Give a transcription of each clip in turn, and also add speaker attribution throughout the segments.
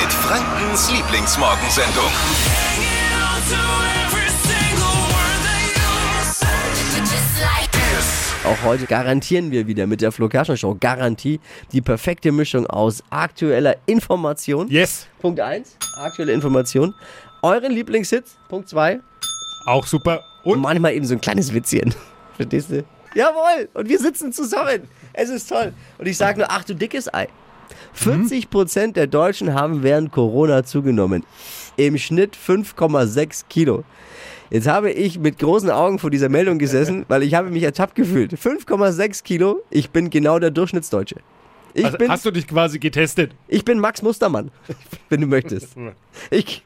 Speaker 1: Frankens Lieblingsmorgensendung.
Speaker 2: Auch heute garantieren wir wieder mit der Flo Kerschner Show Garantie die perfekte Mischung aus aktueller Information.
Speaker 3: Yes,
Speaker 2: Punkt 1, aktuelle Information. Euren Lieblingshit. Punkt 2.
Speaker 3: auch super.
Speaker 2: Und
Speaker 3: Und
Speaker 2: manchmal eben so ein kleines Witzchen. Verstehst du? Jawohl! Und wir sitzen zusammen. Es ist toll. Und ich sage nur, ach du dickes Ei. 40 Prozent der Deutschen haben während Corona zugenommen. Im Schnitt 5,6 Kilo. Jetzt habe ich mit großen Augen vor dieser Meldung gesessen, weil ich habe mich ertappt gefühlt. 5,6 Kilo, ich bin genau der Durchschnittsdeutsche. Ich
Speaker 3: also,
Speaker 2: bin
Speaker 3: hast du dich quasi getestet?
Speaker 2: ich bin Max Mustermann, wenn du möchtest. Ich,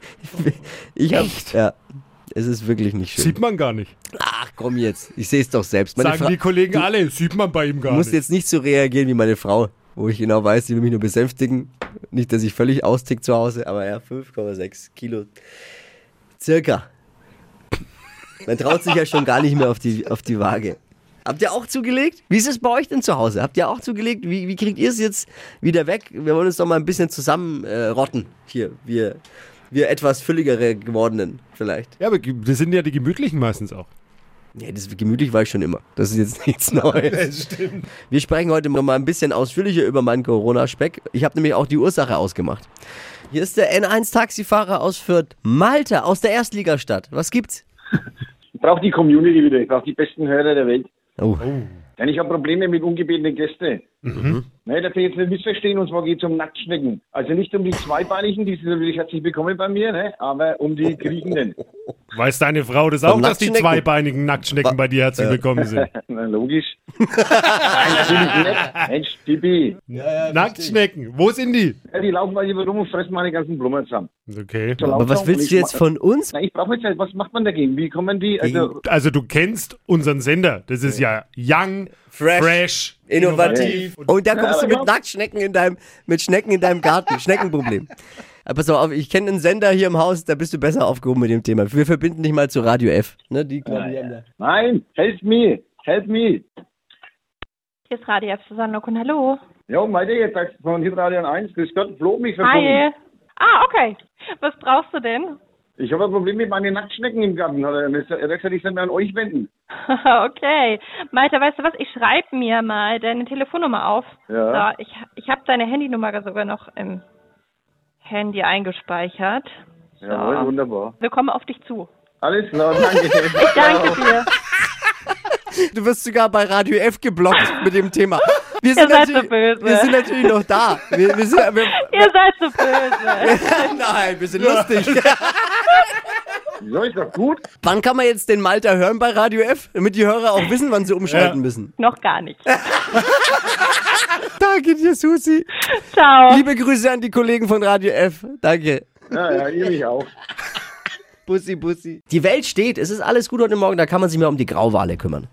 Speaker 2: ich hab, ja, es ist wirklich nicht schön.
Speaker 3: Sieht man gar nicht.
Speaker 2: Ach komm jetzt, ich sehe es doch selbst. Meine
Speaker 3: Sagen
Speaker 2: Frau,
Speaker 3: die Kollegen alle, sieht man bei ihm gar
Speaker 2: du musst
Speaker 3: nicht.
Speaker 2: jetzt nicht so reagieren wie meine Frau, wo ich genau weiß, die will mich nur besänftigen. Nicht, dass ich völlig austick zu Hause, aber ja, 5,6 Kilo. Circa. Man traut sich ja schon gar nicht mehr auf die, auf die Waage. Habt ihr auch zugelegt? Wie ist es bei euch denn zu Hause? Habt ihr auch zugelegt? Wie, wie kriegt ihr es jetzt wieder weg? Wir wollen uns doch mal ein bisschen zusammenrotten äh, rotten hier. Wir, wir etwas fülligere gewordenen vielleicht.
Speaker 3: Ja, aber das sind ja die gemütlichen meistens auch.
Speaker 2: Ja, das gemütlich war ich schon immer. Das ist jetzt nichts Neues.
Speaker 3: stimmt.
Speaker 2: Wir sprechen heute noch mal ein bisschen ausführlicher über meinen Corona-Speck. Ich habe nämlich auch die Ursache ausgemacht. Hier ist der N1-Taxifahrer aus Fürth, Malte aus der Erstligastadt. Was gibt's?
Speaker 4: Ich brauche die Community wieder. Ich brauche die besten Hörer der Welt.
Speaker 2: Oh,
Speaker 4: Denn ich habe Probleme mit ungebetenen Gästen. Ne, dass wir jetzt nicht missverstehen, und zwar geht es um Nacktschnecken. Also nicht um die Zweibeinigen, die sind natürlich herzlich willkommen bei mir, ne? aber um die Kriechenden.
Speaker 3: Weiß deine Frau das auch,
Speaker 2: Vom
Speaker 3: dass die
Speaker 2: Nacktschnecken.
Speaker 3: zweibeinigen Nacktschnecken bei dir herzlich willkommen sind?
Speaker 4: Na, logisch. Nein, natürlich nicht. Mensch, Tippi.
Speaker 3: Nacktschnecken, wo sind die?
Speaker 4: Ja, die laufen mal hier rum und fressen meine ganzen Blumen zusammen.
Speaker 3: Okay.
Speaker 4: So
Speaker 2: aber
Speaker 4: langsam
Speaker 2: was
Speaker 4: und
Speaker 2: willst
Speaker 4: ich
Speaker 2: du jetzt
Speaker 4: mach-
Speaker 2: von uns?
Speaker 4: Na, ich brauche jetzt halt, was macht man dagegen? Wie kommen die? Also,
Speaker 3: Also du kennst unseren Sender. Das ist ja young,
Speaker 2: Fresh,
Speaker 3: fresh,
Speaker 2: Innovativ.
Speaker 3: Und
Speaker 2: Und Oh, da kommst du
Speaker 4: aber
Speaker 2: mit
Speaker 4: ja.
Speaker 2: Nacktschnecken in deinem, mit Schnecken in deinem Garten. Schneckenproblem. Aber pass mal auf, ich kenne einen Sender hier im Haus, da bist du besser aufgehoben mit dem Thema. Wir verbinden dich mal zu Radio F. Ne, die, glaub, die haben da.
Speaker 4: nein, help me, help me.
Speaker 5: Hier ist Radio F. Susanne und hallo.
Speaker 4: Ja, Malte, jetzt sagst du von Hitradio 1, grüß Gott, floh mich verbunden.
Speaker 5: Hi. Ah, okay. Was brauchst du denn?
Speaker 4: Ich habe ein Problem mit meinen Nacktschnecken im Garten. Hat er gesagt, er hat gesagt, ich soll mich an euch wenden.
Speaker 5: okay. Malte, weißt du was? Ich schreibe mir mal deine Telefonnummer auf.
Speaker 4: Ja.
Speaker 5: So, ich ich habe deine Handynummer sogar noch im Handy eingespeichert. So.
Speaker 4: Jawohl, wunderbar.
Speaker 5: Wir kommen auf dich zu.
Speaker 4: Alles klar, danke.
Speaker 5: Danke dir.
Speaker 2: Du wirst sogar bei Radio F geblockt mit dem Thema. Wir
Speaker 5: Ihr
Speaker 2: sind,
Speaker 5: seid so
Speaker 2: natürlich,
Speaker 5: böse.
Speaker 2: wir sind natürlich noch da. Wir, wir sind, wir,
Speaker 5: Ihr seid so böse.
Speaker 2: nein, wir sind lustig.
Speaker 4: So, ist doch gut.
Speaker 2: Wann kann man jetzt den Malter hören bei Radio F? Damit die Hörer auch wissen, wann sie umschalten
Speaker 3: Ja.
Speaker 2: müssen.
Speaker 5: noch gar nicht.
Speaker 2: Danke dir, Susi.
Speaker 5: Ciao.
Speaker 2: Liebe Grüße an die Kollegen von Radio F. Danke.
Speaker 4: Ja, ja, ihr mich auch.
Speaker 2: Bussi, Bussi. Die Welt steht, es ist alles gut heute Morgen, da kann man sich mal um die Grauwale kümmern.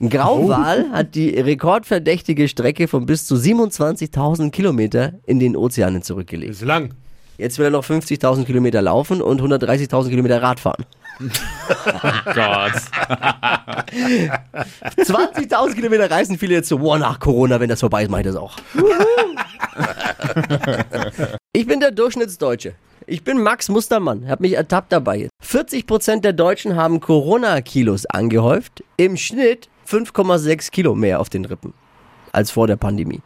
Speaker 2: Ein Grauwal hat die rekordverdächtige Strecke von bis zu 27.000 Kilometer in den Ozeanen zurückgelegt.
Speaker 3: ist lang.
Speaker 2: Jetzt will er noch 50.000 Kilometer laufen und 130.000 Kilometer Rad fahren.
Speaker 6: Gott.
Speaker 2: 20.000 Kilometer reisen viele jetzt so, boah, nach Corona, wenn das vorbei ist, mache ich das auch. ich bin der Durchschnittsdeutsche. Ich bin Max Mustermann, habe mich ertappt dabei jetzt. 40% der Deutschen haben Corona-Kilos angehäuft, im Schnitt 5,6 Kilo mehr auf den Rippen als vor der Pandemie.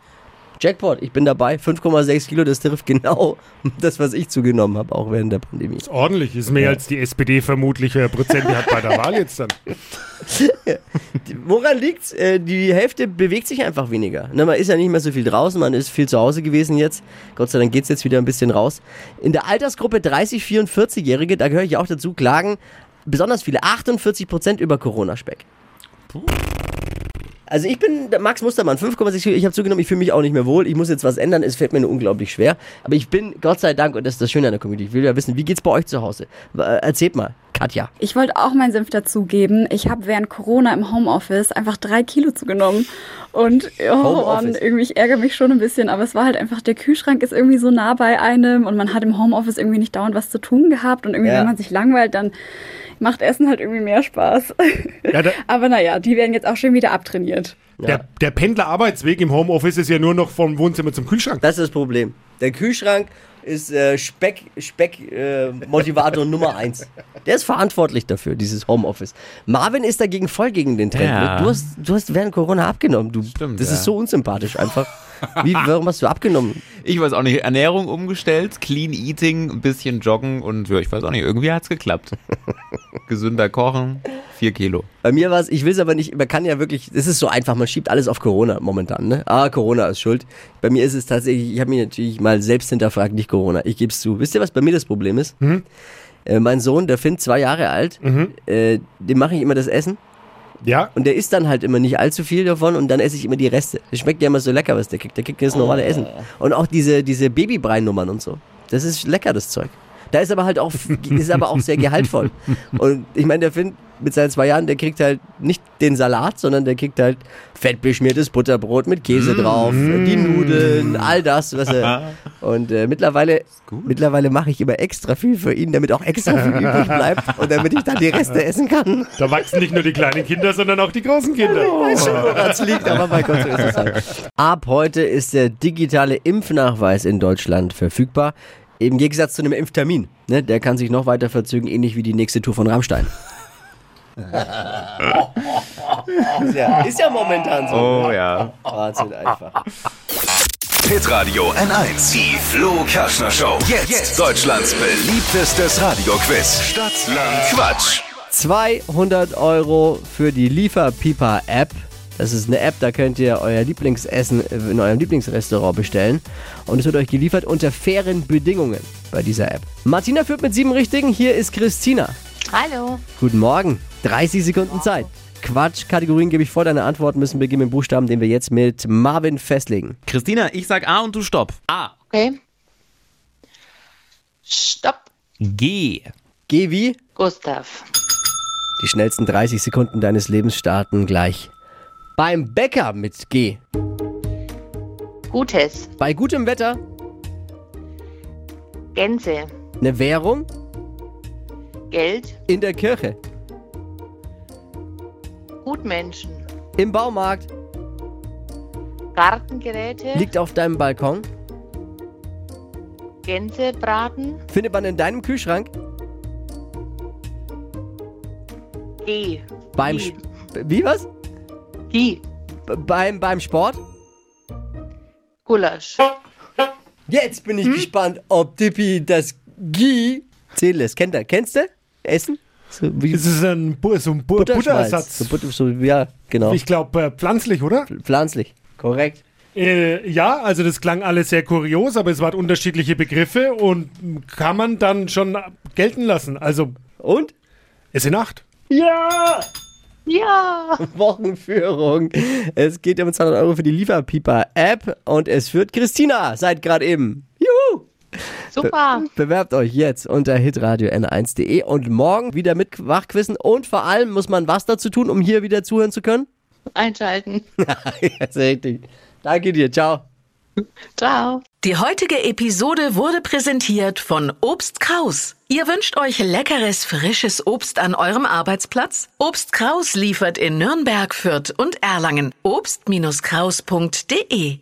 Speaker 2: Jackpot, ich bin dabei, 5,6 Kilo, das trifft genau das, was ich zugenommen habe, auch während der Pandemie.
Speaker 3: Ist ordentlich. Ist mehr als die SPD vermutlich äh, Prozent die hat bei der Wahl jetzt dann.
Speaker 2: Woran liegt's? Äh, die Hälfte bewegt sich einfach weniger. Na, man ist ja nicht mehr so viel draußen, man ist viel zu Hause gewesen jetzt. Gott sei Dank geht's jetzt wieder ein bisschen raus. In der Altersgruppe 30-44-Jährige, da gehöre ich auch dazu, klagen besonders viele, 48 Prozent über Corona-Speck. Also ich bin der Max Mustermann, 5,6 Kilo, ich habe zugenommen, ich fühle mich auch nicht mehr wohl, ich muss jetzt was ändern, es fällt mir nur unglaublich schwer. Aber ich bin, Gott sei Dank, und das ist das Schöne an der Community, ich will ja wissen, wie geht's bei euch zu Hause? Äh, Erzählt mal, Katja.
Speaker 7: Ich wollte auch meinen Senf dazugeben. Ich habe während Corona im Homeoffice einfach drei Kilo zugenommen. Und oh Mann,
Speaker 2: Homeoffice.
Speaker 7: irgendwie, ich ärgere mich schon ein bisschen, aber es war halt einfach, der Kühlschrank ist irgendwie so nah bei einem und man hat im Homeoffice irgendwie nicht dauernd was zu tun gehabt. Und irgendwie,
Speaker 2: Ja.
Speaker 7: wenn man sich langweilt, dann macht Essen halt irgendwie mehr Spaß.
Speaker 3: Ja, da,
Speaker 7: aber naja, die werden jetzt auch schon wieder abtrainiert.
Speaker 3: Der, der Pendlerarbeitsweg im Homeoffice ist ja nur noch vom Wohnzimmer zum Kühlschrank.
Speaker 2: Das ist das Problem. Der Kühlschrank ist äh, Speck, Speck äh, Motivator Nummer eins. Der ist verantwortlich dafür, dieses Homeoffice. Marvin ist dagegen voll gegen den Trend.
Speaker 6: Ja.
Speaker 2: ne? Du, hast, du hast während Corona abgenommen. Du,
Speaker 6: Stimmt,
Speaker 2: das
Speaker 6: ja.
Speaker 2: ist so unsympathisch einfach. Wie, warum hast du abgenommen?
Speaker 6: Ich weiß auch nicht, Ernährung umgestellt, Clean Eating, ein bisschen Joggen und ja, ich weiß auch nicht, irgendwie hat's geklappt. Gesünder kochen, vier Kilo.
Speaker 2: Bei mir war es, ich will es aber nicht, man kann ja wirklich, es ist so einfach, man schiebt alles auf Corona momentan, ne? Ah, Corona ist schuld. Bei mir ist es tatsächlich, ich habe mich natürlich mal selbst hinterfragt, nicht Corona, ich gebe es zu. Wisst ihr, was bei mir das Problem ist? Äh, mein Sohn, der Finn, zwei Jahre alt, äh, dem mache ich immer das Essen
Speaker 3: Ja?
Speaker 2: und der isst dann halt immer nicht allzu viel davon und dann esse ich immer die Reste. Das schmeckt ja immer so lecker, was der kriegt. Der kriegt das normale Essen. Und auch diese, diese Babybrei-Nummern und so. Das ist lecker, das Zeug. Da ist aber halt auch, ist aber auch sehr gehaltvoll. Und ich meine, der Finn mit seinen zwei Jahren, der kriegt halt nicht den Salat, sondern der kriegt halt fettbeschmiertes Butterbrot mit Käse drauf, die Nudeln, all das, was er. Und äh, mittlerweile, mittlerweile mache ich immer extra viel für ihn, damit auch extra viel übrig bleibt und damit ich dann die Reste essen kann.
Speaker 3: Da wachsen nicht nur die kleinen Kinder, sondern auch die großen Kinder.
Speaker 2: Weiß schon, woran es liegt, aber mein Gott, so ist es halt. Ab heute ist der digitale Impfnachweis in Deutschland verfügbar. Im Gegensatz zu einem Impftermin. Ne, der kann sich noch weiter verzögern, ähnlich wie die nächste Tour von Rammstein. ist, ja, ist ja momentan so.
Speaker 6: Oh ja.
Speaker 2: Wahnsinn einfach.
Speaker 1: Hitradio N1. Die Flo Kaschner Show. Jetzt. Deutschlands beliebtestes Radioquiz. Stadt, Land, Quatsch.
Speaker 2: 200 Euro für die Lieferpipa-App. Das ist eine App, da könnt ihr euer Lieblingsessen äh, in eurem Lieblingsrestaurant bestellen. Und es wird euch geliefert unter fairen Bedingungen bei dieser App. Martina führt mit sieben Richtigen. Hier ist Christina.
Speaker 8: Hallo.
Speaker 2: Guten Morgen. 30 Sekunden Zeit. Quatsch, Kategorien gebe ich vor. Deine Antworten müssen beginnen mit dem Buchstaben, den wir jetzt mit Marvin festlegen.
Speaker 6: Christina, ich sag A und du stopp. A.
Speaker 8: Okay. Stopp,
Speaker 6: G.
Speaker 2: Geh wie?
Speaker 8: Gustav.
Speaker 2: Die schnellsten 30 Sekunden deines Lebens starten gleich. Beim Bäcker mit G.
Speaker 8: Gutes.
Speaker 2: Bei gutem Wetter
Speaker 8: Gänse.
Speaker 2: eine Währung
Speaker 8: Geld.
Speaker 2: in der Kirche.
Speaker 8: Gutmenschen.
Speaker 2: Im Baumarkt
Speaker 8: Gartengeräte.
Speaker 2: liegt auf deinem Balkon,
Speaker 8: Gänsebraten.
Speaker 2: findet man in deinem Kühlschrank,
Speaker 8: G.
Speaker 2: beim
Speaker 8: G.
Speaker 2: Sp- wie was?
Speaker 8: G.
Speaker 2: B- Beim beim Sport?
Speaker 8: Gulasch.
Speaker 2: Jetzt bin ich
Speaker 8: Hm?
Speaker 2: gespannt, ob Dippy das Gie zählen lässt. Kennt er? Kennst du? Essen? So wie
Speaker 3: Es ist ein, Bu- so ein Bu-
Speaker 2: Butterschmalz.
Speaker 3: Butterersatz.
Speaker 2: So Butter, so, ja, genau.
Speaker 3: Ich glaube, äh, pflanzlich, oder?
Speaker 2: Pflanzlich. Korrekt.
Speaker 3: Äh, ja, also das klang alles sehr kurios, aber es waren unterschiedliche Begriffe und mm, kann man dann schon gelten lassen. Also,
Speaker 2: Und?
Speaker 3: es sind acht.
Speaker 2: Ja!
Speaker 8: Ja.
Speaker 2: Wochenführung. Es geht um 200 Euro für die Lieferpieper-App und es führt Christina seit gerade eben. Juhu!
Speaker 8: Super.
Speaker 2: Bewerbt euch jetzt unter hitradio n1.de und morgen wieder mit Wachquissen. Und vor allem muss man was dazu tun, um hier wieder zuhören zu können?
Speaker 8: Einschalten.
Speaker 2: das ist richtig. Danke dir, ciao.
Speaker 8: Ciao.
Speaker 9: Die heutige Episode wurde präsentiert von Obst Kraus. Ihr wünscht euch leckeres, frisches Obst an eurem Arbeitsplatz? Obst Kraus liefert in Nürnberg, Fürth und Erlangen. Obst-Kraus.de